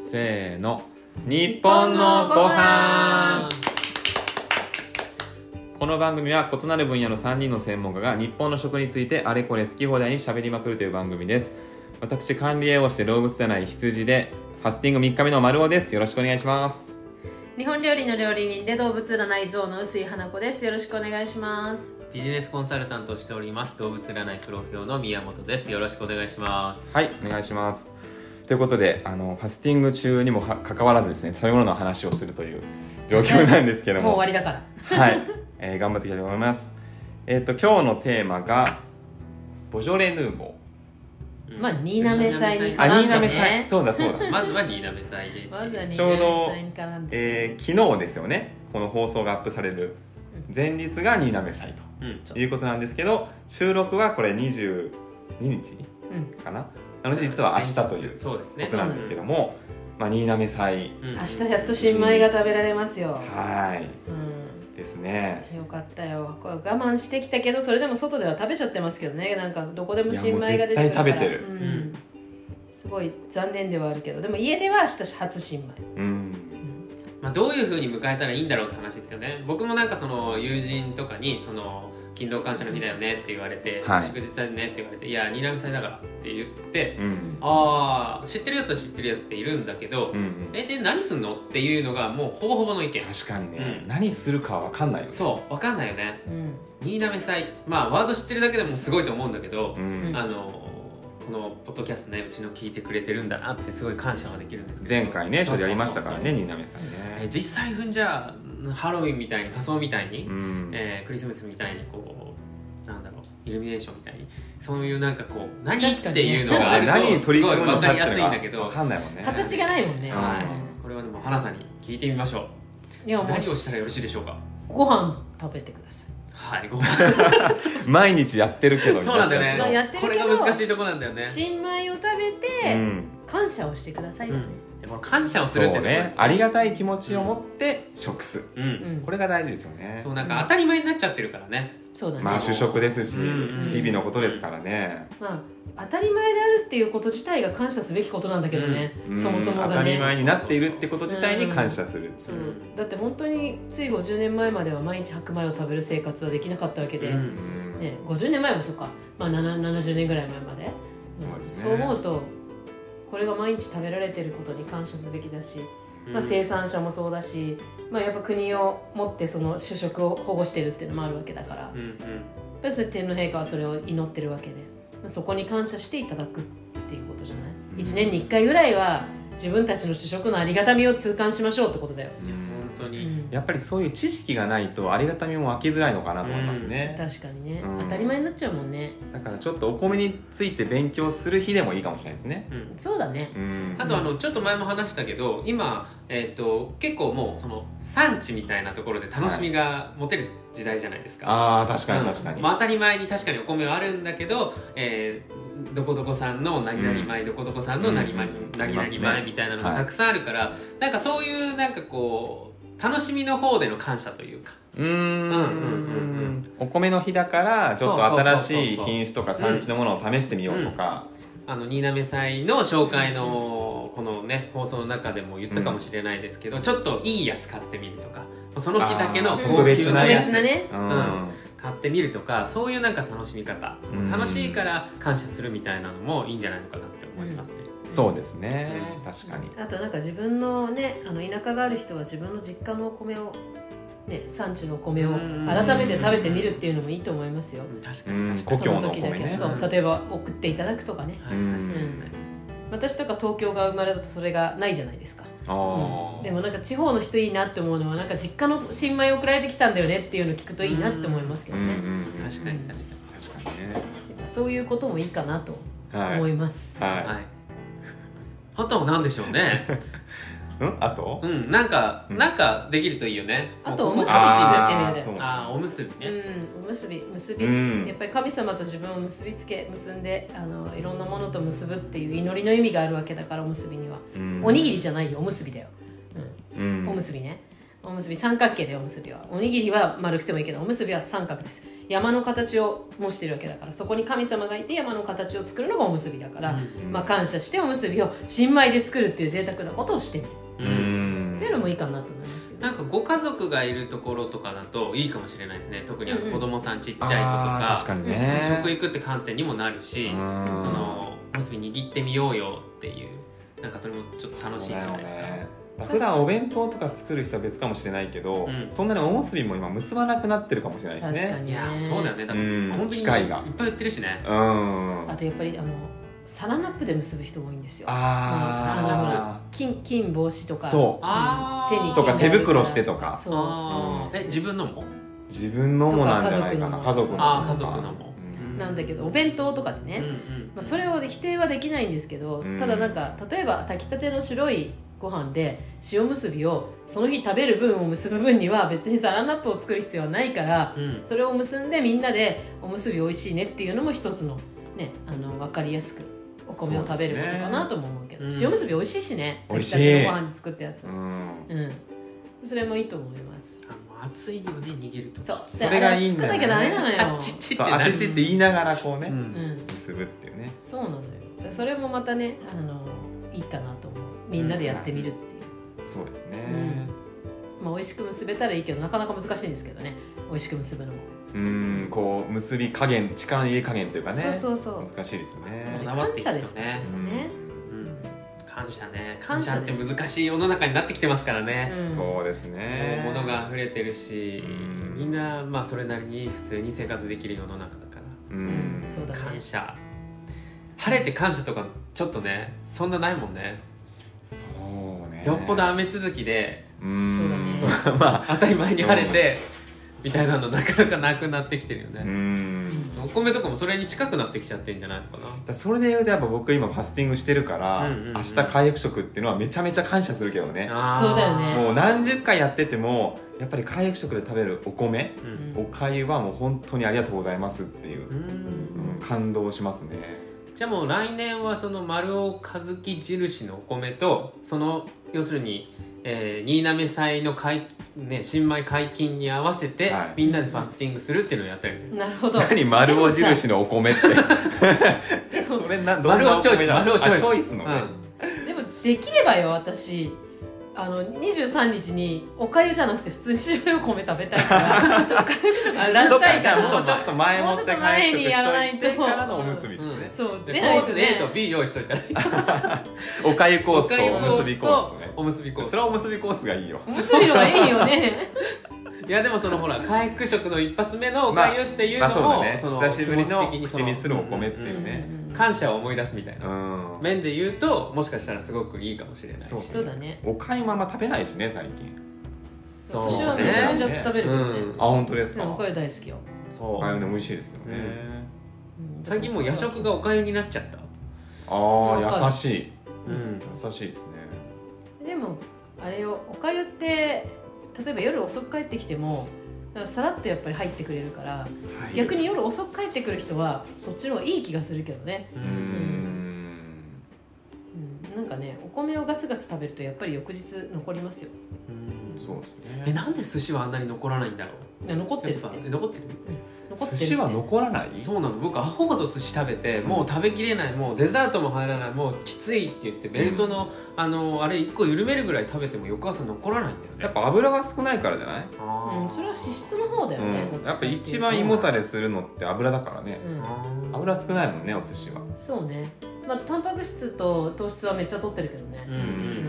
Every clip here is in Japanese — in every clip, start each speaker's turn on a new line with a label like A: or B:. A: せーの日本のご飯この番組は異なる分野の3人の専門家が日本の食についてあれこれ好き放題に喋りまくるという番組です私管理栄養士で動物じゃない羊でファスティング3日目の丸尾ですよろしくお願いします
B: 日本料理の料理人で動物占い像の薄井花子ですよろしくお願いします
C: ビジネスコンサルタントをしております動物占い黒豹の宮本ですよろしくお願いします
A: はいお願いしますということであのファスティング中にもかかわらずですね食べ物の話をするという状況なんですけど
B: もう
A: も
B: 終わりだから
A: はい、えー頑張っていきたいと思います。えっ、と今日のテーマがボジョレ・ヌーボ
B: まあ新滑祭
A: ー。
B: に絡んでね
A: ニーナメ祭そうだそうだ。
C: まずは新滑祭で
B: まずは
A: ちょうど
B: 絡んで
A: えー昨日ですよね。この放送がアップされる前日が新滑祭
C: うん
A: ということなんですけど、収録はこれ22日
B: うん
A: かな。なので実は明日というこ
C: そうですね
A: となんですけども、まあ新滑祭
C: うん
B: 明日やっと新米が食べられますよ、
A: は
B: うん
A: いですね。
B: よかったよこれ我慢してきたけどそれでも外では食べちゃってますけどねなんかどこでも新米が出てくるから
A: いやもう絶対食べてる
B: うん
C: うん
B: すごい残念ではあるけどでも家では明日初新米、
A: うん。
C: まあ、どういうふうに迎えたらいいんだろうって話ですよね僕もなんかその友人とかにその勤労感謝の日だよねって言われて、
A: はい
C: 祝日だよねって言われていや新浪祭だからって言って
A: うん。
C: ああ知ってるやつは知ってるやつっているんだけど、
A: うん。
C: 大体何すんのっていうのがもうほぼほぼの意見
A: 確かにね、
C: うん
A: 何するかは分かんないよね。
C: そうわかんないよね
B: うん、
C: 新浪祭まあワード知ってるだけでもすごいと思うんだけど
A: う、ん
C: あのこのポッドキャストねうちの聞いてくれてるんだなってすごい感謝はできるんですけど
A: 前回ねそ
C: そう
A: れ
C: そう
A: や
C: そ
A: りま
C: う
A: したからね新滑さん
C: えー
A: ね
C: 実際踏んじゃあハロウィンみたいに仮装みたいに、
A: うん
C: えークリスマスみたいにこうなんだろうイルミネーションみたいにそういうなんかこう何
B: 確か
C: っ
B: に
C: ていうのがある
A: 何
C: と
A: に
C: す
A: 取り
C: ごい
A: 組むの
C: 分か
A: かっ
C: り
A: て
C: やすいん
A: いうのが
C: だけど
A: 分かんないもんね
B: 形がないもんね、
C: はいこれはでも花さんに聞いてみましょ
B: いや
C: う
B: も
C: 何
B: う
C: をしたらよろしいでしょうか
B: ご飯食べてください
C: はいごめん
A: 毎日やってるけど
C: そうなんだよ
B: まあ
C: ね
B: やってるけ
C: こ
B: ど
C: れが難しいとこなんだよね
B: 新米を食べ
A: う
B: て
A: ん
B: 感謝をしてくださいだね、
C: でも感謝をす
A: そう
C: るってところ
A: ねありがたい気持ちを持って食す
C: う
B: うんん
A: これが大事ですよね
C: そうなんか当たり前になっちゃってるからね
B: そうだね、
A: まあ主食ですし
C: うん
A: 日々のことですからね
B: まあ、当たり前であるっていうこと自体が感謝すべきことなんだけどね、
A: うん
B: そもそも
A: 当
B: が
A: たり
B: ね
A: 前になっているってこと自体に感謝する
B: そう
C: うん
B: だって本当につい50年前までは毎日白米を食べる生活はできなかったわけで、
C: う
A: うんん
B: ね、50年前もそうか、まあ、なな70年ぐらい前まで、
A: そう
B: うん
A: ですね
B: そう思うとこれが毎日食べられてることに感謝すべきだし、まあ、生産者もそうだし、まあ、やっぱ国を持ってその主食を保護してるっていうのもあるわけだから、
C: うんうん
B: やっぱりそれ天皇陛下はそれを祈ってるわけでまあそこに感謝していただくっていうことじゃない、
A: うん
B: 一年に一回ぐらいは自分たちの主食のありがたみを痛感しましょうってことだよ、
A: うん
C: 本当に、
A: やっぱりそういう知識がないとありがたみも湧きづらいのかなと思いますね
B: 確かにね、
A: うん
B: 当たり前になっちゃうもんね
A: だからちょっとお米について勉強する日でもいいかもしれないですね。
C: うん
B: そうだね
A: うん
C: あとあのちょっと前も話したけど今、えー、と結構もうその産地みたいなところで楽しみが持てる時代じゃないですか、
A: ああ確かに確か
C: う
A: に。
C: んまあ、当たり前に確かにお米はあるんだけど、えーどこどこさんの何々米、どこどこさんの何々,、
A: うん
C: 何
A: いま
C: 々
A: すね
C: 米みたいなの
A: は
C: が
A: い
C: たくさんあるから、なんかそういうなんかこう楽しみの方での感謝というか、
A: うーん
C: うんうんうん
A: お米の日だからちょっと新しい
C: そうそうそうそう
A: 品種とか産地のものを試してみようとか、
C: あの新滑祭の紹介のこのね放送の中でも言ったかもしれないですけど、ちょっといいやつ買ってみるとかその日だけの
A: あー
C: 高級
A: 特別
C: な
A: なや
C: や
A: つ
C: つ
B: 別なね
A: う
C: うん
A: ん
C: 買ってみるとかそういうなんか楽しみ方
A: うん
C: 楽しいから感謝するみたいなのもいいんじゃないのかなって思いますね。
A: そうですね確かに。
B: あとなんか自分のねあの田舎がある人は自分の実家のお米をね産地のお米を
C: うん
B: 改めて食べてみるっていうのもいいと思いますよ
C: うん確か
A: うん
C: に確
A: 故
C: かに
A: 郷のお
B: その時だ
A: 米
B: け
A: ね。
B: そう例えば送っていただくとかね
C: はい
A: うん
B: 私とか東京が生まれだとそれがないじゃないですか
A: あー
B: でもなんか地方の人いいなって思うのはなんか実家の新米送られてきたんだよねっていうの聞くといいなって思いますけ
A: う
B: ど
A: んうん
B: ね、
A: うん
C: 確かに確か
A: 確かにね。
B: そういうこともいいかなと
A: はい。
B: 思
A: はい
B: います、
C: に。はい。あとは何でしょうね。
A: うんあと
C: う？ん、なんか、
A: うん
C: なんかできるといいよね。
B: あとおむすび
C: ここ
B: し
C: こ
B: て
C: こ
B: み
C: こ
B: よ
C: こ
A: あー
B: で
A: そう
C: あーおむすびね。
B: うん、おむすび結び、
A: うん
B: やっぱり神様と自分を結びつけ結んであのいろんなものと結ぶっていう祈りの意味があるわけだからおむすびには、
A: うん
B: おにぎりじゃないよおむすびだよ、
A: うん
B: うん、おむすびね、おむすび三角形でおむすびはおにぎりは丸くてもいいけどおむすびは三角です山の形を模してるわけだからそこに神様がいて山の形を作るのがおむすびだから、
A: うん
B: まあ、感謝しておむすびを新米で作るっていう贅沢なことをしてみる
A: う
C: うん
A: ん
B: っていうのもいいかなと思いますけど
C: なんかご家族がいるところとかだといいかもしれないですね特にあ
B: うんう
C: の
B: ん
C: 子供さんちっちゃい子と
A: あー確
C: か,、
A: かにね
C: 食育って観点にもなるし、
A: うん
C: そのおむすび握ってみようよっていうなんかそれもちょっと楽しいじゃないで
A: そ
C: す
A: う
C: か
A: だよね普段お弁当とか作る人は別かもしれないけど、
C: うん
A: そんなにおむすびも今結ばなくなってるかもしれないし
B: 確か
A: ね
B: に
C: い
B: ね
C: やーそうだよねだか
A: う
C: ら
A: ん
C: コンビニにい
A: 機
C: っ
A: 械が
C: ぱい売ってるしね
A: うん
B: あとやっぱりあのサランラップで結ぶ人も多いんですよ
A: あ
B: 金金帽子と
A: ー
B: か
A: そ
C: あー
B: 手に
A: うとか手袋してとか
B: そう
C: あーえ自分のも
A: 自分のもなんじゃないかな
B: と
A: 家
B: か家
A: 族
B: 族
A: のも
B: のも
C: ああ家族のも、
A: うん
B: なんだけどお弁当とかでね、
C: うんうん
B: まあ、それを否定はできないんですけど、
A: うん
B: ただなんか例えば炊きたての白いご飯で塩むすびをその日食べる分を結ぶ分には別にサランラップを作る必要はないから
C: うん
B: それを結んでみんなでおむすび美味しいねっていうのも一つの,、ね、あの分かりやすくお米を食べることかなとも思うけど
C: そうですね
B: 塩むすび美味しいしね
A: 美味しい
B: 炊きたてのご飯で作ったやつ、
A: う
B: うんそれもいいと思います
C: あもう暑いのね握ると
B: そう
A: それがいいんだよね
B: だから作らなきゃダメなの
C: あ
B: よ
C: ちっちっ
A: そう
C: てな
A: あ
C: る
A: ちちって言いながらこう
C: う
A: ね
C: ん
B: うん、
A: 結ぶっていうね
B: そうなのよそれもまたねあのいいかなと思うみんなでやってみるっていう。
A: そうですね
B: まあ、美味しく結べたらいいけどなかなか難しいんですけどね美味しく結ぶのも、
A: うんこう結び加減力の入れ加減というかね
B: そうそうそう、
A: 難しいですよ
C: こ
A: ね
C: だわってい
B: 感謝
C: く
B: で
C: と
B: す
C: ね
A: うん
B: ね、
C: うん感謝ね感
B: 感
C: 謝
B: 謝
C: っ
B: で
C: て
B: す
C: 難しい世の中になってきてますからね、
B: うん
A: そうですね
C: もう物が溢れてるし、
A: うん
C: みんなまあそれなりに普通に生活できる世の中だか
A: うん
B: そうだ
C: ら
B: ね
C: 感謝晴れて感謝とかちょっとねそんなないもんね
A: そうね
C: よっぽど雨続きで
A: うん
B: そうだね
A: そう まあ
C: 当たり前に晴れて、みたいなのなかなかなくなってきてるよ
A: う
C: ね、
A: ん
C: お米とかもそれに近くなってきちゃってんじゃないのかな
A: だからそれで言うとやっぱ僕今ファスティングしてるから、
C: うんうんうん
A: 明日回復食っていうのはめちゃめちゃ感謝するけどね
C: あー
B: そうだよね
A: もう何十回やっててもやっぱり回復食で食べるお米
C: うん
B: うん
A: おかゆはもう本当にありがとうございますっていう
C: う、ん
A: うん感動しますね
C: じゃあもう来年はその丸尾和樹印のお米とその要するに、えー新滑祭の解、ね、新米解禁に合わせて、
A: はい
C: みんなでファスティングするっていうのをやったり、
B: なるほど
A: 何丸尾印のお米って
B: でも
A: それなどん
C: 丸
A: な
C: 尾
A: お
C: チョイス
A: 米な
C: 丸
A: の
C: 尾チョイ
A: あ
C: ス
A: チョイスのね、
B: でもできればよ私あの23日におかゆじゃなくて普通に白いお米食べたいか らちょっと回復食減ら
A: そっ
B: したい
A: か
B: か
A: ちょ
B: ら
A: っとちょっと前もって回復食しといてからのおむすびです
C: うん
A: ね、
B: そう
C: で
B: 出
C: コ
B: ない
C: ー
B: と
C: ス
B: ね
C: A と B 用意しといたら
A: おかゆコースと
C: お
A: お
C: かゆ
A: むすびコースね
C: おむすびコー
A: そ
C: ス
A: れはおむすびコースがいいよ
B: おむすびのがいいよね
C: いやでもそのほら回復食の一発目のおかゆっていう
A: ま
C: の
A: あそう
C: も、
A: だね
C: その
A: 久しぶりの
C: 気持ち的
A: 口にするお米っていうね
B: うんうん
C: 感謝を思い出すみたいな、
A: うん
C: 面で言うともしかしたらすごくいいかもしれないし
A: そう
B: そうだね
A: おかゆもあんま食べないしね最近
C: そ
B: 私は
A: ね
B: めちゃめちゃ食べるけどね、
C: うん
A: あ本当です
B: で
A: か
B: もおかゆ大好きよ、
C: そう
A: おかゆでも美味しいですけどね、
B: うん
C: 最近もう夜食がおかゆになっちゃった
A: ああ優しい
C: うん
A: 優しいですね
B: でもあれをおかゆって例えば夜遅く帰ってきてもさらっとやっぱり入ってくれるから逆に夜遅く帰ってくる人はそっちの方がいい気がするけどね、
C: う
A: うんん
B: うん、なんかねお米をガツガツ食べるとやっぱり翌日残りますよ
A: そうです
C: え
A: ね
C: なんで寿司はあんなに残らないんだろ
B: いや残っ
C: う
B: て
C: や
B: る
C: っ
B: って
C: ぱ
B: 残って
C: え
B: る
C: 残って
B: っ
C: る
B: て
A: 寿司は残らない
C: そうなの僕アホほど寿司食べてもう食べきれないもうデザートも入らないもうきついって言ってベルトの、あのあれ一個緩めるぐらい食べても翌朝残らないんだよね
A: やっぱ脂が少ないからじゃない、
C: あー
B: うん、それは脂質の方だよね、
A: うん、や
B: どちか
A: ってぱ
B: いうと
A: 一番胃もたれするのって油だからね
B: うん
A: 油少ないもんねお寿司は
B: そうねまあタンパク質と糖質はめっちゃ取ってるけどね、
C: うんうんうん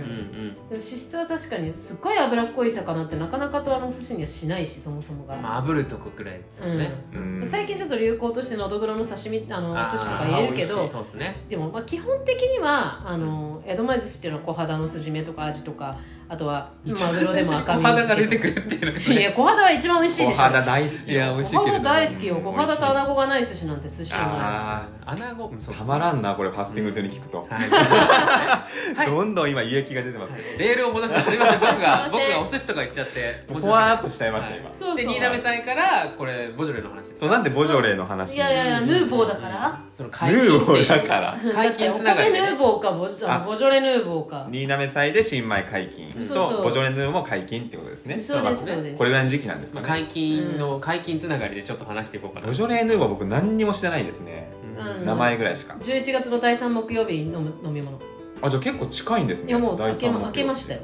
B: でも脂質は確かにすっごい脂っこい魚ってなかなかとあのお寿司にはしないしそもそもが、
C: うんまあ炙るとこくらいですよね、
A: うん
B: 最近ちょっと流行としてのどぐろの刺身あの
C: あー
B: 寿司とか入れるけ
C: 美
B: ど
C: 味しいそうですね
B: でもまあ基本的にはあの江戸前寿司っていうのは小肌のすじめとかアジとかあとはマグロでも赤身
C: 一番最初に小肌が出てく
B: る
C: るっていうのが
B: い
C: ね
B: や小肌は一番美味しい
A: お
B: でしょ
A: 肌大好き
C: いや美味しい
B: 小
C: けれども
B: 肌大好きよ小肌
A: うん美
B: と
A: 味しい
B: 穴子がない寿司なんて寿司じゃ
A: あ
B: な
A: あ
C: 穴子そう
A: たまらんなこれファスティング中に聞くと、
C: はい、はい
A: どんどん今胃液が出てますけ
C: レールを戻してすみません僕が
B: すいません
C: 僕がお寿司とか言っちゃって
A: ど、もうほわーっ
C: 申
A: としちゃいました今、
B: そうそう
C: で新鍋さんからこれボジョレの話です
A: そうなんでボジョレーの話
B: いやいやいやヌーボーだから
C: その解
A: ヌ
C: 禁
A: ー
C: って
A: ボ
C: い
A: ー
C: う
A: だから
C: 解禁つながり
B: だってお米ヌ
C: で、
B: ー
C: ね、
B: ボーかボジ
A: あ
B: ボジョレヌーボーか
A: 新滑祭で新米解禁と
C: そう
B: そう
A: ボジョレ・ヌーボーも解禁ってことですね
B: そうです
A: まあ
B: そうです
A: これぐらいの時期なんです
C: ま
A: か
C: あ
A: ね
C: 解禁の解禁つながりでちょっと話していこうかな
A: ボジョレ・ヌーボー僕何にも知らないですね
B: うん
A: 名前ぐらいしか
B: 11月の第3木曜日に飲む飲み物
A: あじゃあ結構近いんですね
B: いやもう
A: 第
B: 開け
A: 三
B: ま
A: 木曜
B: 開けましたよ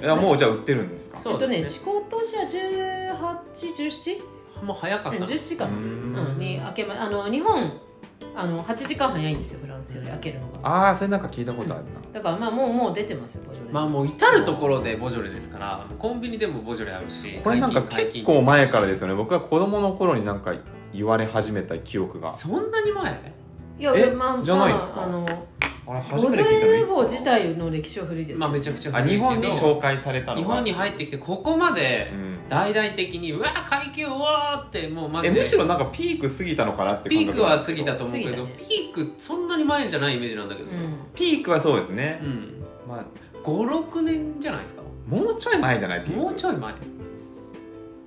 A: いやもうじゃあ売ってるんですか
C: そ
B: えっ
C: う
B: と
C: ですね
B: ね地高当時は1817
C: もう早かったな
B: 17か
A: う
B: な
A: ー
B: うん
A: ん
B: に開けまあの日本あの8時間早いんですよフランスより開けるのが
A: ああそれなんか聞いたことあるな
B: だからまあもうもう出てますよボジョレ
C: まあもう至る所でボジョレですからコンビニでもボジョレあるし
A: これなんか
C: 解禁
A: 結構前からですすよね僕は子供の頃になんか言われ始めた記憶が
C: そんなに前
B: いや
A: え
B: まあ
A: じゃないですか
B: まああの
A: あれ初
B: ボ
A: め
B: ジ
A: て
B: ョ
A: 聞い
B: レ・
A: たの
B: ヌ
A: い
B: ーボー
A: つ
B: 自体の歴史は古いです
C: まあ
B: よ
C: めちゃくちゃ
A: あ
C: 古
A: 日
C: いけど
A: 本に紹介されたのが
C: 日本に入ってきてここまで
A: うん
C: 大々的にうわー解禁うわーってもうマ
A: え
C: ジで
A: むしろなんかピーク過ぎたのかなって感
C: ピー
A: 覚
C: クは過ぎたと思うけ
B: 過ぎ
C: ど、
B: たね
C: ピークそんなに前じゃないイメージなんだけど、
B: うん
A: ピークはそうですね、
C: うん
A: まあ
C: 56年じゃないですか
A: もうちょい前じゃないピーク
C: もうち
A: ょい
C: ょい前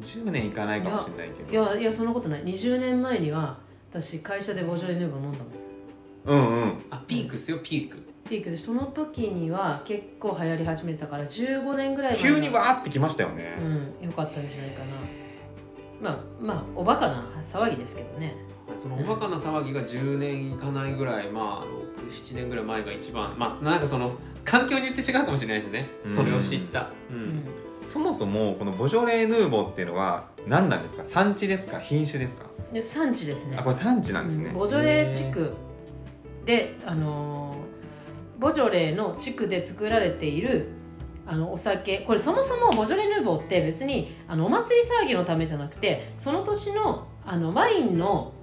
A: 10年いかないかもしれないけど
B: いやいやそんなことない20年前には私会社でボジョレ・ヌーボー飲んだもん
A: うんうん
C: あピークですよピーク
B: ピークでその時には結構流行り始めたから15年ぐらい前
A: 急にわーってきましたよね、
B: うんよかったんじゃないかなまあまあおバカな騒ぎですけどね
C: そのおバカな騒ぎが10年いかないぐらいまあ67年ぐらい前が一番まあなんかその環境によって違うかもしれないですね
A: うん
C: それを知った、うん
B: うん
A: そもそもこのボジョレ・ヌーボーっていうのは何なんですか産地ですか品種ですか
B: で産地ですね
A: あこれ産地なんですね、
B: うんボジョレー地区で、あのーボジョレーの地区で作られているあのお酒これそもそもボジョレ・ヌーボーって別にあのお祭り騒ぎのためじゃなくてその年のあのワインの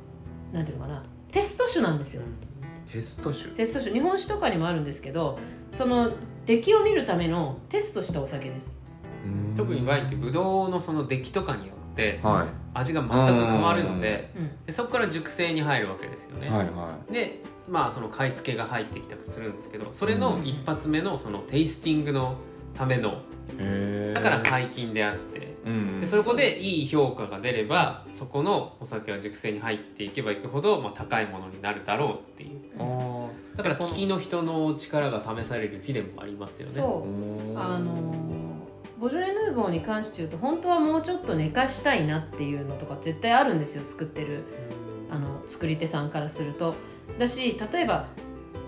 B: なんていうのかなテスト酒なんですよ
A: テスト種
B: テスト酒日本酒とかにもあるんですけどその出来を見るためのテストしたお酒です
C: 特にワインっててブドウのその出来とかによって
A: は
C: 味が全く変わるので
B: うん
C: でそこから熟成に入るわけですよ
A: い
C: ね、
A: はいは
C: でまあその買い付けが入ってきたりするんですけどそれの一発目のそのテイスティングのための
A: いへー
C: だから解禁であって
A: うん
C: でそこでいい評価が出ればそこのお酒は熟成に入っていけばいくほど、まあ、高いものになるだろうっていう
A: あー
C: だから聞きの人の力が試される日でもありますよね
B: そう
A: おー
B: あのーボジョレ・ヌーボーに関して言うと本当はもうちょっと寝かしたいなっていうのとか絶対あるんですよ作ってるあの作り手さんからするとだし例えば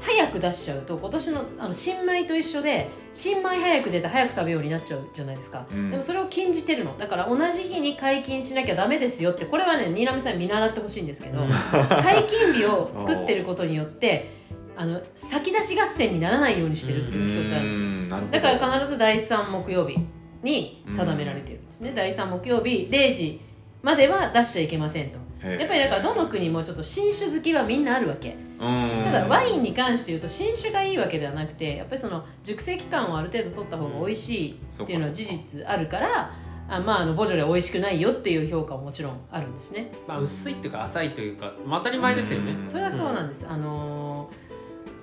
B: 早く出しちゃうと今年のあの新米と一緒で新米早く出て早く食べようになっちゃうじゃないですか、
A: うん
B: でもそれを禁じてるのだから同じ日に解禁しなきゃダメですよってこれはね新浪さん見習ってほしいんですけど、
C: うん
B: 解禁日を作ってることによってあの先出し合戦にならないようにしてるっていうのが一つあるんですよ
A: うんなるほど
B: だから必ず第3木曜日に定められているんですね、第3木曜日0時までは出しちゃいけませんと
A: へー
B: やっぱりだからどの国もちょっと新酒好きはみんなあるわけ
A: うん
B: ただワインに関して言うと新酒がいいわけではなくてやっぱりその熟成期間をある程度取った方が美味しいっていうのは事実あるからあまああのボジョレは美味しくないよっていう評価ももちろんあるんですね
C: まあ、薄いっていうか浅いというか、まあ、当たり前ですよね、
A: うん
B: それはそうなんです、あのー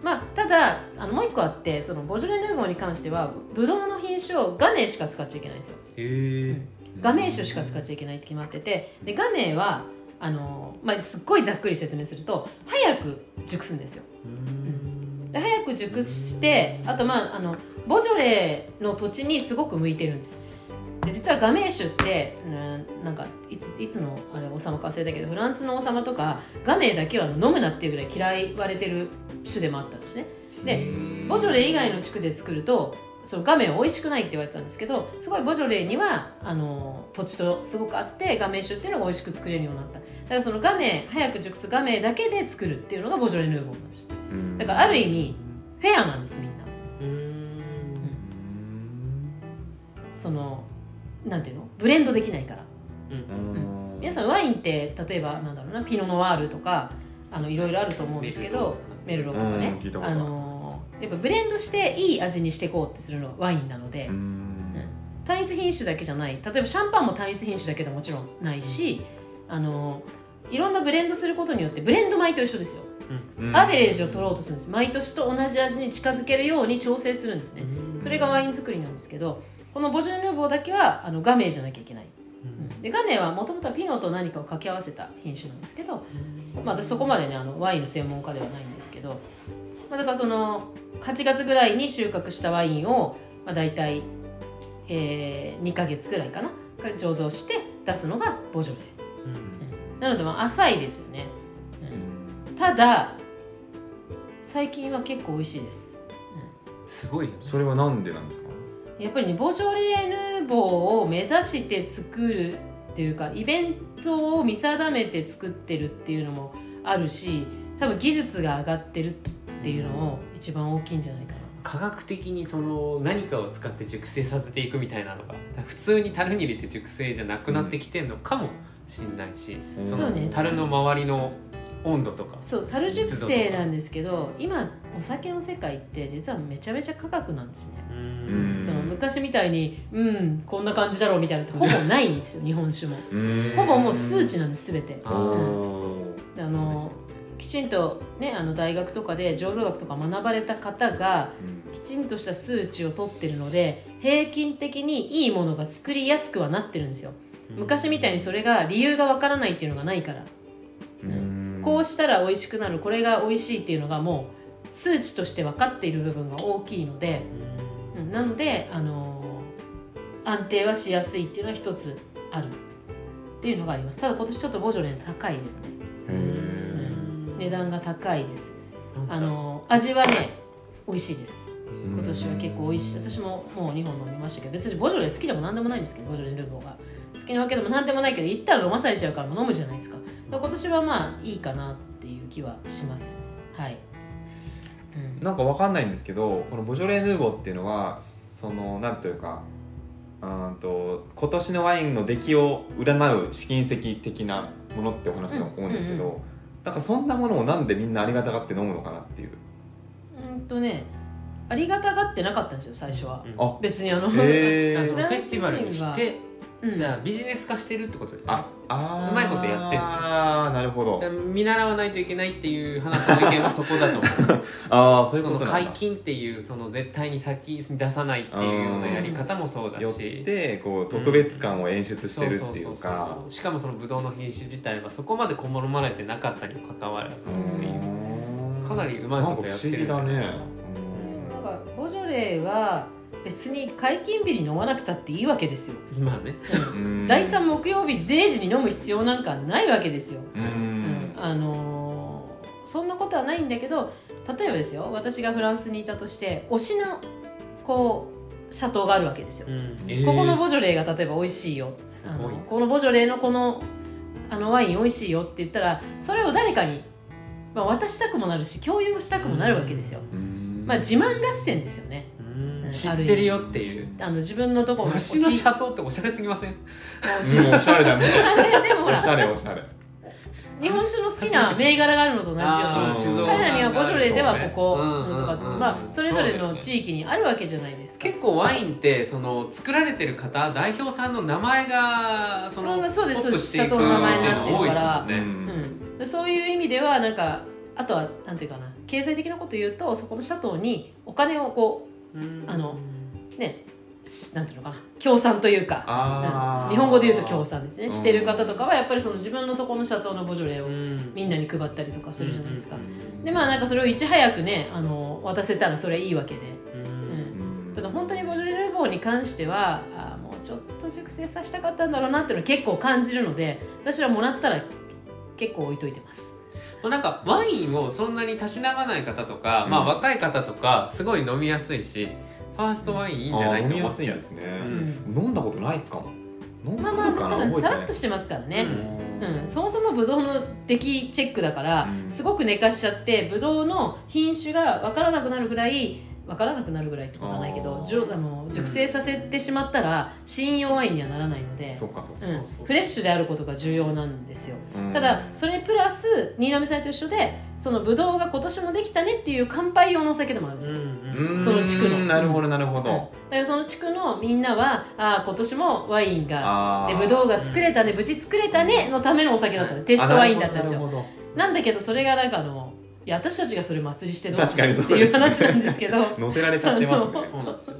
B: まあ、ただあのもう一個あってそのボジョレ・ヌーボーに関してはブドウの品種をガメーしか使っちゃいけないんですよ
C: へえ
B: 画面種しか使っちゃいけないって決まっててで画面はあの、まあ、すっごいざっくり説明すると早く熟すんですよで早く熟してあとまああのボジョレーの土地にすごく向いてるんですで実は画面種ってうんなんかいついつのあれ王様か忘れたけどフランスの王様とか画面だけは飲むなっていうぐらい嫌いわれてる種でもあったんですねでボジョレー以外の地区で作るとその画面美味しくないって言われてたんですけどすごいボジョレーにはあの土地とすごくあって画面酒っていうのが美味しく作れるようになっただからその画面早く熟す画面だけで作るっていうのがボジョレ・ヌーボーなんです
A: うん
B: だからある意味フェアなんですみんな
C: うん
B: そのなんていうのブレンドできないから
A: うん
B: 皆さんワインって例えばなんだろうなピノノワールとかあのいろいろあると思うんですけどメルローとか
A: うん
B: ね
A: 聞いたことあ
B: あ
A: る
B: のやっぱブレンドしていい味にしていこうってするのはワインなので、
A: うん
B: 単一品種だけじゃない例えばシャンパンも単一品種だけでもちろんないしあのいろんなブレンドすることによってブレンド米と一緒ですよ
A: うん
B: アベレージを取ろうとするんです毎年と同じ味に近づけるように調整するんですねそれがワイン作りなんですけどこのボジョレ・ヌーボーだけはあのガメーじゃなきゃいけない、うんでガメーはもともとはピノと何かを掛け合わせた品種なんですけど、まあ、私そこまでねあのワインの専門家ではないんですけど、まあ、だからその8月ぐらいに収穫したワインを、まあ、大体、え2ヶ月ぐらいかなが醸造して出すのがボジョレなのでまあ浅いですよね、うんただ最近は結構美味しいです
C: すごいよね
A: それはなんでなんですか
B: やっぱりねボジョレ・ヌーボーを目指して作るっていうかイベントを見定めて作ってるっていうのもあるし多分技術が上がってるっていうのも一番大きいんじゃないかな、
C: 科学的にその何かを使って熟成させていくみたいなのが普通に樽に入れて熟成じゃなくなってきてんのかもしんないし、
A: うん
C: そ
B: そ
C: の
B: うね
C: 樽の周りの温度とか
B: そう樽熟成なんですけど今お酒の世界って実はめちゃめちゃ価格なんですね、
A: うん
B: その昔みたいにうんこんな感じだろうみたいなのってほぼないんですよ日本酒も
A: うん
B: ほぼもう数値なんです全て
C: あ
A: お
B: あのきちんとねあの大学とかで醸造学とか学ばれた方がきちんとした数値を取ってるので平均的にいいものが作りやすくはなってるんですよ昔みたいにそれが理由がわからないっていうのがないから
A: うん
B: こうしたら美味しくなるこれが美味しいっていうのがもう数値として分かっている部分が大きいので、うん、なので、あのー安定はしやすいっていうのは一つあるっていうのがありますただ今年ちょっとボジョレー高いですね
A: へー
B: 値段が高いですあ
C: あの
B: の味はね美味しいです今年は結構美味しい私ももう2本飲みましたけど別にボジョレー好きでも何でもないんですけどボジョレールーボーが好きなわけでも何でもないけど行ったら飲まされちゃうからもう飲むじゃないですかだから今年はまあいいかなっていう気はしますはい、うん、
A: なんかわかんないんですけどこのボジョレ・ヌーボーっていうのはそのなんというかうーんと今年のワインの出来を占う試金石的なものってお話だと思うんですけど、
B: うんう
A: なんかそんなものをなんでみんなありがたがって飲むのかなっていう
B: うんとねありがたがってなかったんですよ最初は
A: あ
B: 別にあの、
A: へ
C: そ
A: ー
C: のフェスティバルにして
B: うん
C: だからビジネス化してるってことですよね
A: ああー
C: うまいことやってんすよ
A: ああなるほど
C: だから見習わないといけないっていう話の意見はそこだと思う
A: ああそういう
C: そ
A: ことなん
C: の
A: だ
C: 解禁っていうその絶対に先に出さないっていうようなやり方もそうだ
A: よっ
C: して
A: こう特別感を演出してるっていう
C: そそ
A: か
C: そそうしかもそのブドウの品種自体はそこまでこもまれてなかったにもかかわらずって
B: う
C: いう
A: うん
C: かなりうまいことやってるんじゃ
A: なんか不思議だ
C: ないです
A: ね
C: か
B: なんかボジョレーは別に解禁日に飲まなくたっていいわけですよ
C: まあね
A: うん
B: 第3木曜日0時に飲む必要なんかないわけですよ、
A: うん
B: うんあのーそんなことはないんだけど例えばですよ私がフランスにいたとして推しのこうシャトーがあるわけですよ、ここのボジョレーが例えば美味しいよ
C: す
B: あの
C: ごい
B: このボジョレーのこのあのワイン美味しいよって言ったらそれを誰かに、まあ、渡したくもなるし共有したくもなるわけですよ、
A: うん
B: まあ自慢合戦ですよね
C: うん
B: うん
C: 知ってるよっていう
B: あの自分のところ
C: 星のシャトーっておしゃれすぎません
A: おしゃれだね。
B: でもほ
A: お
B: ら
A: しゃれおしゃれ。
B: 日本酒の好きな銘柄があるのと同じよう
A: あー
B: に
C: 静岡
B: 彼らにはボジョレーではここ
C: そうね
B: のとかって
C: うんうんうん
B: まあそれぞれの地域にあるわけじゃないですか
C: 結構ワインってその作られてる方代表さんの名前がその
B: まあそうです
C: ポップしていく
B: そう
A: です社頭の名前に
C: っていう
A: なっ
C: の
A: て
C: 多い
A: る
C: で
B: か
C: すも
B: ら
C: ん
A: う
C: ね
A: ん
B: うんそういう意味ではなんかあとはなんていうかな経済的なこと言うとそこのシャトーにお金をこ
C: うん
B: あのうねしなんていうのかな協賛というか
A: あ
B: うん
A: ー
B: 日本語で言うと協賛ですね
A: うん
B: してる方とかはやっぱりその自分のところのシャトーのボジョレー
C: う
B: を
C: ん
B: みんなに配ったりとかするじゃないですか
A: うん
B: でまあなんかそれをいち早くねあの渡せたらそれはいいわけで。
C: うん
B: うん
A: うん
B: ただ本当にボジョレ・ヌーボーに関してはあーもうちょっと熟成させたかったんだろうなっていうのを結構感じるので私はもらったら結構置いといてます
C: まあなんかワインをそんなにたしなまない方とか、
A: うん
C: まあ若い方とかすごい飲みやすいしファーストワインいいんじゃない
A: あー
C: と
A: 飲み
C: 思
A: や
C: っ
A: すい
C: ちゃ
A: ん
C: う
A: ですね。
B: ん
A: 飲んだことないかも。飲ん
B: ま
A: だ
B: あ
A: こ
B: ま
A: とか
B: あだか
A: な
B: ら
A: 覚
B: さらっ
A: え
B: と
A: て
B: してますからね、う
A: なんい。
B: そもそもブドウの出来チェックだから、
A: うん
B: すごく寝かしちゃってブドウの品種が分からなくなるぐらい分からなくなるぐらいってことはないけど
A: あー
B: じゅあの熟成させてしまったら信用ワインにはならないので、
A: そうかそうか。
B: うん、フレッシュであることが重要なんですよ
A: うん
B: ただそれにプラス新浪さんと一緒でそのブドウが今年もできたねっていう乾杯用のお酒でもあるんです
C: う
B: よ、
C: ん
A: うん
B: その地区の
A: なるほどなるほ
B: うんだ
A: ど。
B: からその地区のみんなはああ今年もワインが
A: あ
B: で
A: ー
B: ブドウが作れたね無事作れたねのためのお酒だったんですテストワインだったんで
A: あ
B: すよ
A: なるほど
B: なんだけどそれがなんかあのいや私たちがそれ祭りしてどう
A: 確かにそう
B: ってい
A: で
B: う
A: すね
B: 話なんです けど
A: 載せられちゃってます
B: あ
A: ね
B: の
C: そうなんですよ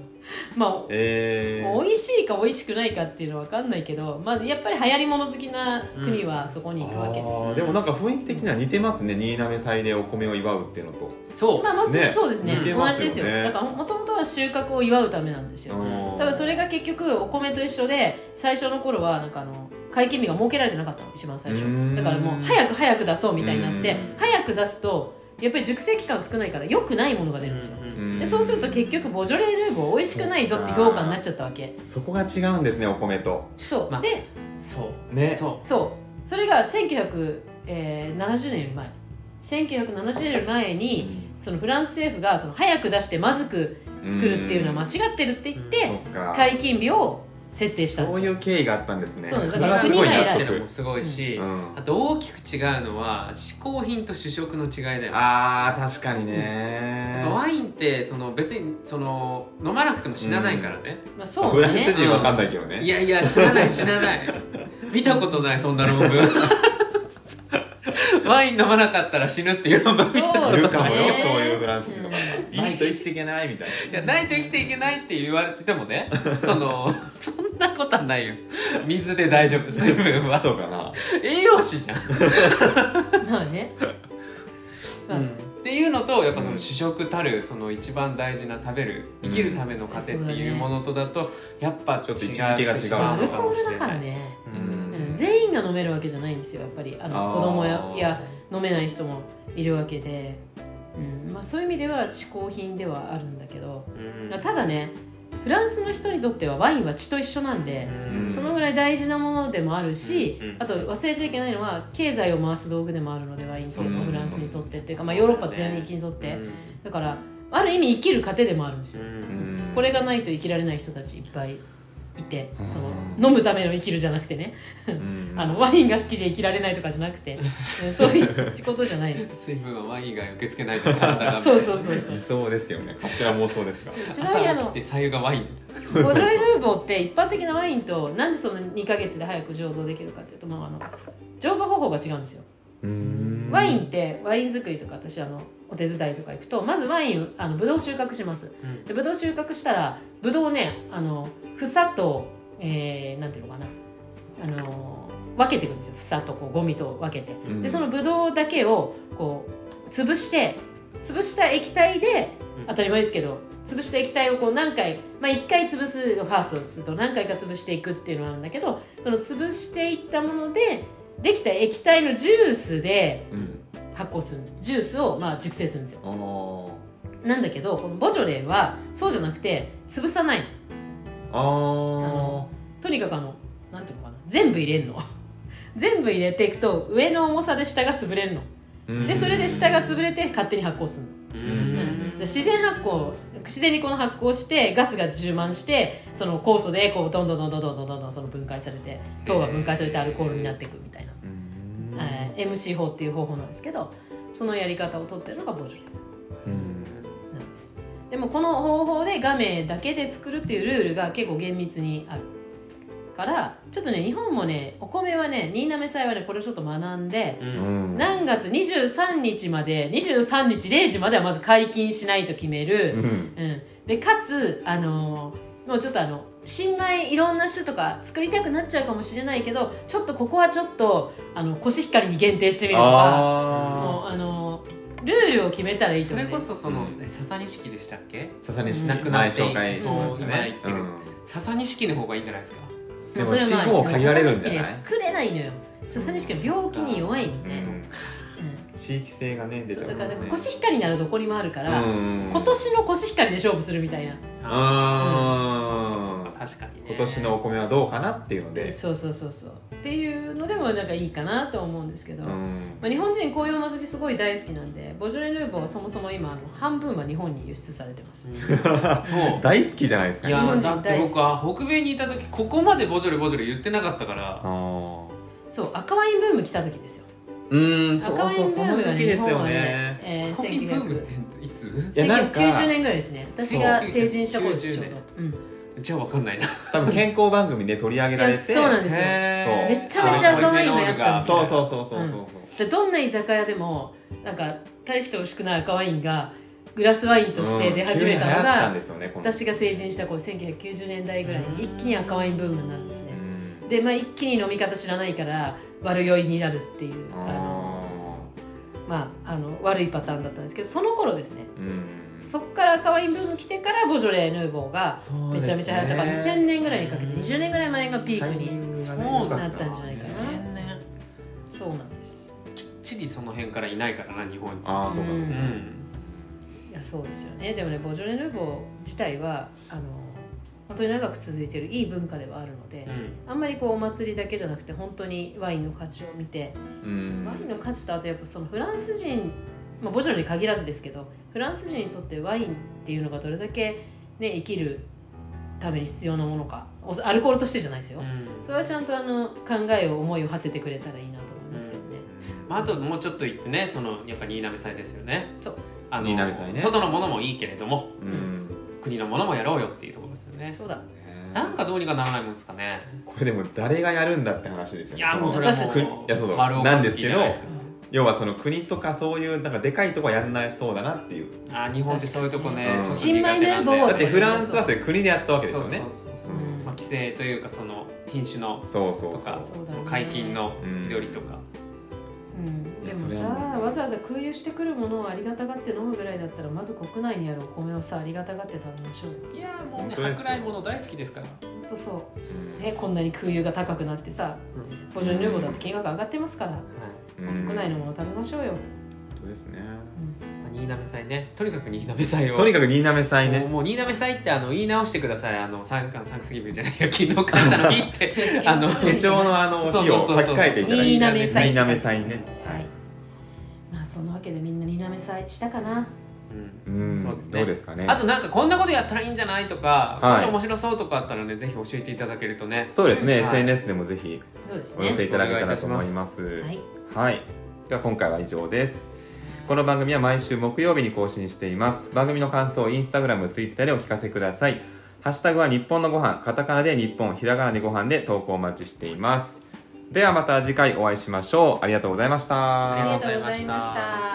B: まあ
A: えー、
B: 美味しいか美味しくないかっていうのは分かんないけど、まあ、やっぱり流行り物好きな国はそこに行くわけで
A: あ
B: す、
A: ーでもなんか雰囲気的には似てますね新滑祭でお米を祝うっていうのと
C: そう、
B: まあまず
A: ね
B: そうですね
C: 似て
B: 同
A: ます
B: じ
A: よね
B: ですよだからもともとは収穫を祝うためなんですよ
A: うん
B: ただそれが結局お米と一緒で最初の頃はなんかあの解禁日が設けられてなかったの一番最
A: うー
B: 初
A: ん
B: だからもう早く早く出そうみたいになって
A: うん
B: 早く出すとやっぱり熟成期間少ないから良くないものが出るんですよ
A: うん
B: でそうすると結局ボジョレ・ヌーボー美味しくないぞって評価になっちゃったわけ
A: そこが違うんですねお米と
B: そう、
C: まあ
B: で
C: そう
A: ね
C: そう
B: そうそれが1970年より前1970年より前にそのフランス政府がその早く出してまずく作るっていうのは間違ってるって言っ
C: う
B: て
A: そっか
B: 解禁日を設定したんで
A: そ
B: す
A: うい
B: よ
A: う経緯があったんですね
B: そうなんです
A: それがすごい納
C: ってのも
A: 得
C: すごいし、
A: うん
C: あと大きく違うのは嗜好品と主食の違いだよね
A: あー確かにね
C: やっぱワインってその別にその飲まなくても死なないからね、
B: まあそう
A: フラン
B: ね
A: ス人わかんないけどね
C: いやいや死なない死なない見たことないそん な論文ワイン飲まなかったら死ぬっていう論文見たこと
A: いるか
C: な
A: も
C: い
A: よ
C: よ
A: そういうフランス人の
B: うん
A: ないと生きていけないみたい
C: いやないと生きていけないって言われてて もねそのそんなことはないよ水で大丈夫水分
A: な
C: は
A: そうかな
C: 栄養士じゃん、
B: まあね、まあ
C: っていうのとやっぱその主食たるその一番大事な食べる生きるための糧っていうものとだとやっぱ違
A: ちょっ
C: っ
A: てと位置
C: し
A: づけが違う
C: ま
B: ア
C: う
B: ル
C: のか
B: コ
C: も
B: ー
C: し
B: ル
C: れ
B: だか
C: ない
B: らね、
C: う
B: うんん、全員が飲めるわけじゃないんですよやっぱりあの
A: あー
B: 子供やや飲めない人もいるわけで、うんまあ、そういう意味では嗜好品ではあるんだけど
C: うん
B: ただねフランスの人にとってはワインは血と一緒なんで、
A: うん
B: そのぐらい大事なものでもあるし、
C: うんうん
B: あと忘れちゃいけないのは経済を回す道具でもあるのでワインって
C: そうそうそう
B: フランスにとってっていうか、まあ、ヨーロッパ全域にとって、
C: うん
B: だからある意味生きる糧でもあるんですよ、
A: うん
B: これがないと生きられない人たちいっぱいいてその
A: うん
B: 飲むための生きるじゃなくてね、
A: うん
B: あのワインが好きで生きられないとかじゃなくて、うんそういうことじゃないです
C: 水分はワイン以外受け付けない です体が
B: そうそうそうそう
A: 理想ですけどね勝手な妄想ですが
B: ちなみにあ
C: 朝起き
B: の
C: て左右がワイン
B: ボジョレ・ヌーボーって一般的なワインとなんでその2ヶ月で早く醸造できるかっていうともうあの醸造方法が違うんですよワインってワイン作りとか私あのお手伝いとか行くとまずワインあのブドウ収穫します
C: うん
B: でブドウ収穫したらブドウをねあの房と、えー、なんていうのかなあの分けていくんですよ房とこうゴミと分けて
A: うん
B: でそのブドウだけをこう潰して潰した液体で
C: うん
B: 当たり前ですけど潰した液体をこう何回、まあ、1回潰すがファーストすると何回か潰していくっていうのがあるんだけどその潰していったものでできた液体のジュースで
A: うん
B: 発酵するジュースをまあ熟成するんですよ
A: あー
B: なんだけどこのボジョレーはそうじゃなくて潰さない
A: あー
B: とにかくあのなんていうのかな全部入れんの 全部入れていくと上の重さで下が潰れるの
A: うん
B: でそれで下が潰れて勝手に発酵するの
A: うん
B: 自然発酵自然にこの発酵してガスが充満してその酵素でこうどんどんどんどんどんどんどんどんその分解されて糖が分解されてアルコールになっていくみたいな、
A: うん
B: えー MC 法っていう方法なんですけどそのやり方を取ってるのがボジョレ
A: うん
B: なんですでもこの方法で画面だけで作るっていうルールが結構厳密にあるからちょっとね日本もねお米はね新滑祭はねこれをちょっと学んで
C: う
A: うんん
B: 何月23日まで23日0時まではまず解禁しないと決める、
A: うん
B: うん、でかつ、あのーもうちょっとあの新米いろんな種とか作りたくなっちゃうかもしれないけどちょっとここはちょっとあのコシヒカリに限定してみるとか
A: あ
B: もうあのールールを決めたらいいと
C: そ
B: 思う、
C: れ
B: ね、
C: こそその
A: うん
C: え笹錦でしたっけ
A: ーささにし
B: な
A: 前
B: く
C: なってい
A: 紹介しましたね
C: そう今言ってる笹錦の方がいいんじゃないですか
A: でも
B: それはまあ
A: 地方限られるんじゃ
B: でも
A: ない
B: ササニシキね作れないのよササニシキは病気に弱いの
A: うん
B: ね、
A: うん地域性がね
B: うん
A: 出
B: そ
A: ち
B: う
A: ゃ
B: だ
A: う
B: から
A: ね
B: なんかコシヒカリならどこにもあるから、
A: うん
B: 今年のコシヒカリで勝負するみたいな、
C: そう
A: あ
C: か確かにね
A: ー今年のお米はどうかなっていうので
B: そうそうそうそうっていうのでもなんかいいかなと思うんですけど、
A: うん
B: まあ、日本人紅葉の時すごい大好きなんでボジョレ・ヌーボーはそもそも今あの半分は日本に輸出されてま す、
C: そう
A: 大好きじゃないですか
C: い
A: ね
C: やだって僕は北米にいた時ここまでボジョレボジョレ言ってなかったから
A: あー
B: そう赤ワインブーム来た時ですよ
A: うんそう
B: 赤ワインブ
A: そうそ
B: ー
A: の
B: ム
A: 時
B: が
A: 期
B: ね
A: で
B: 日
A: す
B: 本
A: よ
B: は
A: ね
B: ね、えー、
C: コピーブームっていつ
A: いやなんか
B: 1990年ぐらいですね私が成人した頃でしょうど、うん、
C: じゃあ分かんないな
A: 多分健康番組で取り上げられて
B: いやそうなんですよ
C: へー
A: めちゃめ
B: ちゃ可愛いのやったんです
A: そうそうそうそうそうそう
B: でどんな居酒屋でもなんか大して美味しくない赤ワインがグラスワインとして出始めたの
A: うん急に流行ったん
B: が、
A: ですよねこの
B: 私が成人した頃1990年代ぐらいに一気に赤ワインブームになるんです
A: う
B: ね
A: ん
B: で、まあ、一気に飲み方知らないから悪酔いになるっていうあの、
A: あ
B: まあ、あの悪いパターンだったんですけどその頃ですね
A: ーうん
B: そっから赤ワインブーム来てからボジョレ・ヌーボーが
C: そう
B: め
C: です
B: ちゃ
C: ね
B: めちゃ流行ったから2000年ぐらいにかけて20年ぐらい前がピークに
C: そう
B: なったんじゃないかな
C: 2000年
B: そうなんです
C: チリその辺からいないからな日本に
A: ああそうかそううか
B: ん
C: うん
B: いやそうですよねでもねボジョレ・ヌーボー自体はあの本当に長く続いてるいい文化ではあるので、
C: うん
B: あんまりこうお祭りだけじゃなくて本当にワインの価値を見て、
A: うん
B: ワインの価値とあとやっぱそのフランス人、まあ、ボジョレに限らずですけどフランス人にとってワインっていうのがどれだけ、ね、生きるために必要なものかおアルコールとしてじゃないですよ、
C: うん
B: それはちゃんとあの考えを思いを馳せてくれたらいいなと思いますけどね、
C: まあ、あともうちょっと言ってねそのやっぱ新浪祭ですよね
B: そう
C: あの
A: 新浪祭ね
C: 外のものもいいけれども
A: うん
C: 国のものもやろうよっていうところですよね
B: そうだ
C: なんかどうにかならないもんですかね
A: これでも誰がやるんだって話ですよ
C: い
A: ね
C: やもうそ
A: の
C: れは
B: 私た
A: ち
C: も
A: いやそうそう
C: 丸岡
A: なんですけど
C: じゃいか
A: 要はその国とかそういうなんかでかいとこはやんないそうだなっていう
C: あー日本ってそういうとこね、
A: うん
C: ちょっと苦手なん
B: 新米
C: で
B: ヌーボー
A: だってフランスはそれ国でやったわけです
C: そう
A: よ
C: そう
A: ね
C: そうそう、まあ、規制というかその品種の
A: そうそう
C: と
A: そ
C: か
A: う
B: そうだね
C: その解禁の料理とか、
B: うん、
A: いや
B: で
A: そ
B: もさ
A: れはもう
B: わざわざ空輸してくるものをありがたがって飲むぐらいだったらまず国内にあるお米をさありがたがって食べましょうよ
C: いやーもう
A: 本
C: ね
A: 当ですよ
C: 舶来もの大好きですから、
B: ほんとそう
A: う
B: ねこんなに空輸が高くなってさ補助ヌーボーだって金額上がってますから
C: は
A: ん
C: い
A: うん
B: 国内のもの食べましょうよ、
A: 本当ですね
C: まあ、新鍋祭ねとにかく新鍋祭を
A: とにかく新滑祭
C: もう
A: ね
C: もう新鍋祭ってあの言い直してくださいあの三寒三月日じゃないや 勤労感謝の日ってあの
A: 手帳のあの
C: そう
A: 日
C: そう
A: を
C: そ
A: 書
C: う
A: き
C: そう
A: 換えていただ
B: 新
A: いて
B: 滑祭
A: 新滑祭ね
B: はいまあそんなわけでみんな新滑祭したかな
C: うん
A: うん
C: そうですね
A: どうですかね
C: あとなんかこんなことやったらいいんじゃないとか、
A: はい
C: こういうの面白そうとかあったらねぜひ教えていただけるとね
A: そうですね
C: はい
A: SNS でもぜひ
B: そうです
A: お寄せ
B: ね
A: いただけたらと思います
B: はい
A: はい、では今回は以上ですこの番組は毎週木曜日に更新しています番組の感想をインスタグラムツイッターでお聞かせくださいハッシュタグは日本のご飯カタカナで日本ひらがなでご飯で投稿お待ちしていますではまた次回お会いしましょうありがとうございました
C: ありがとうございました
B: ありがとうございました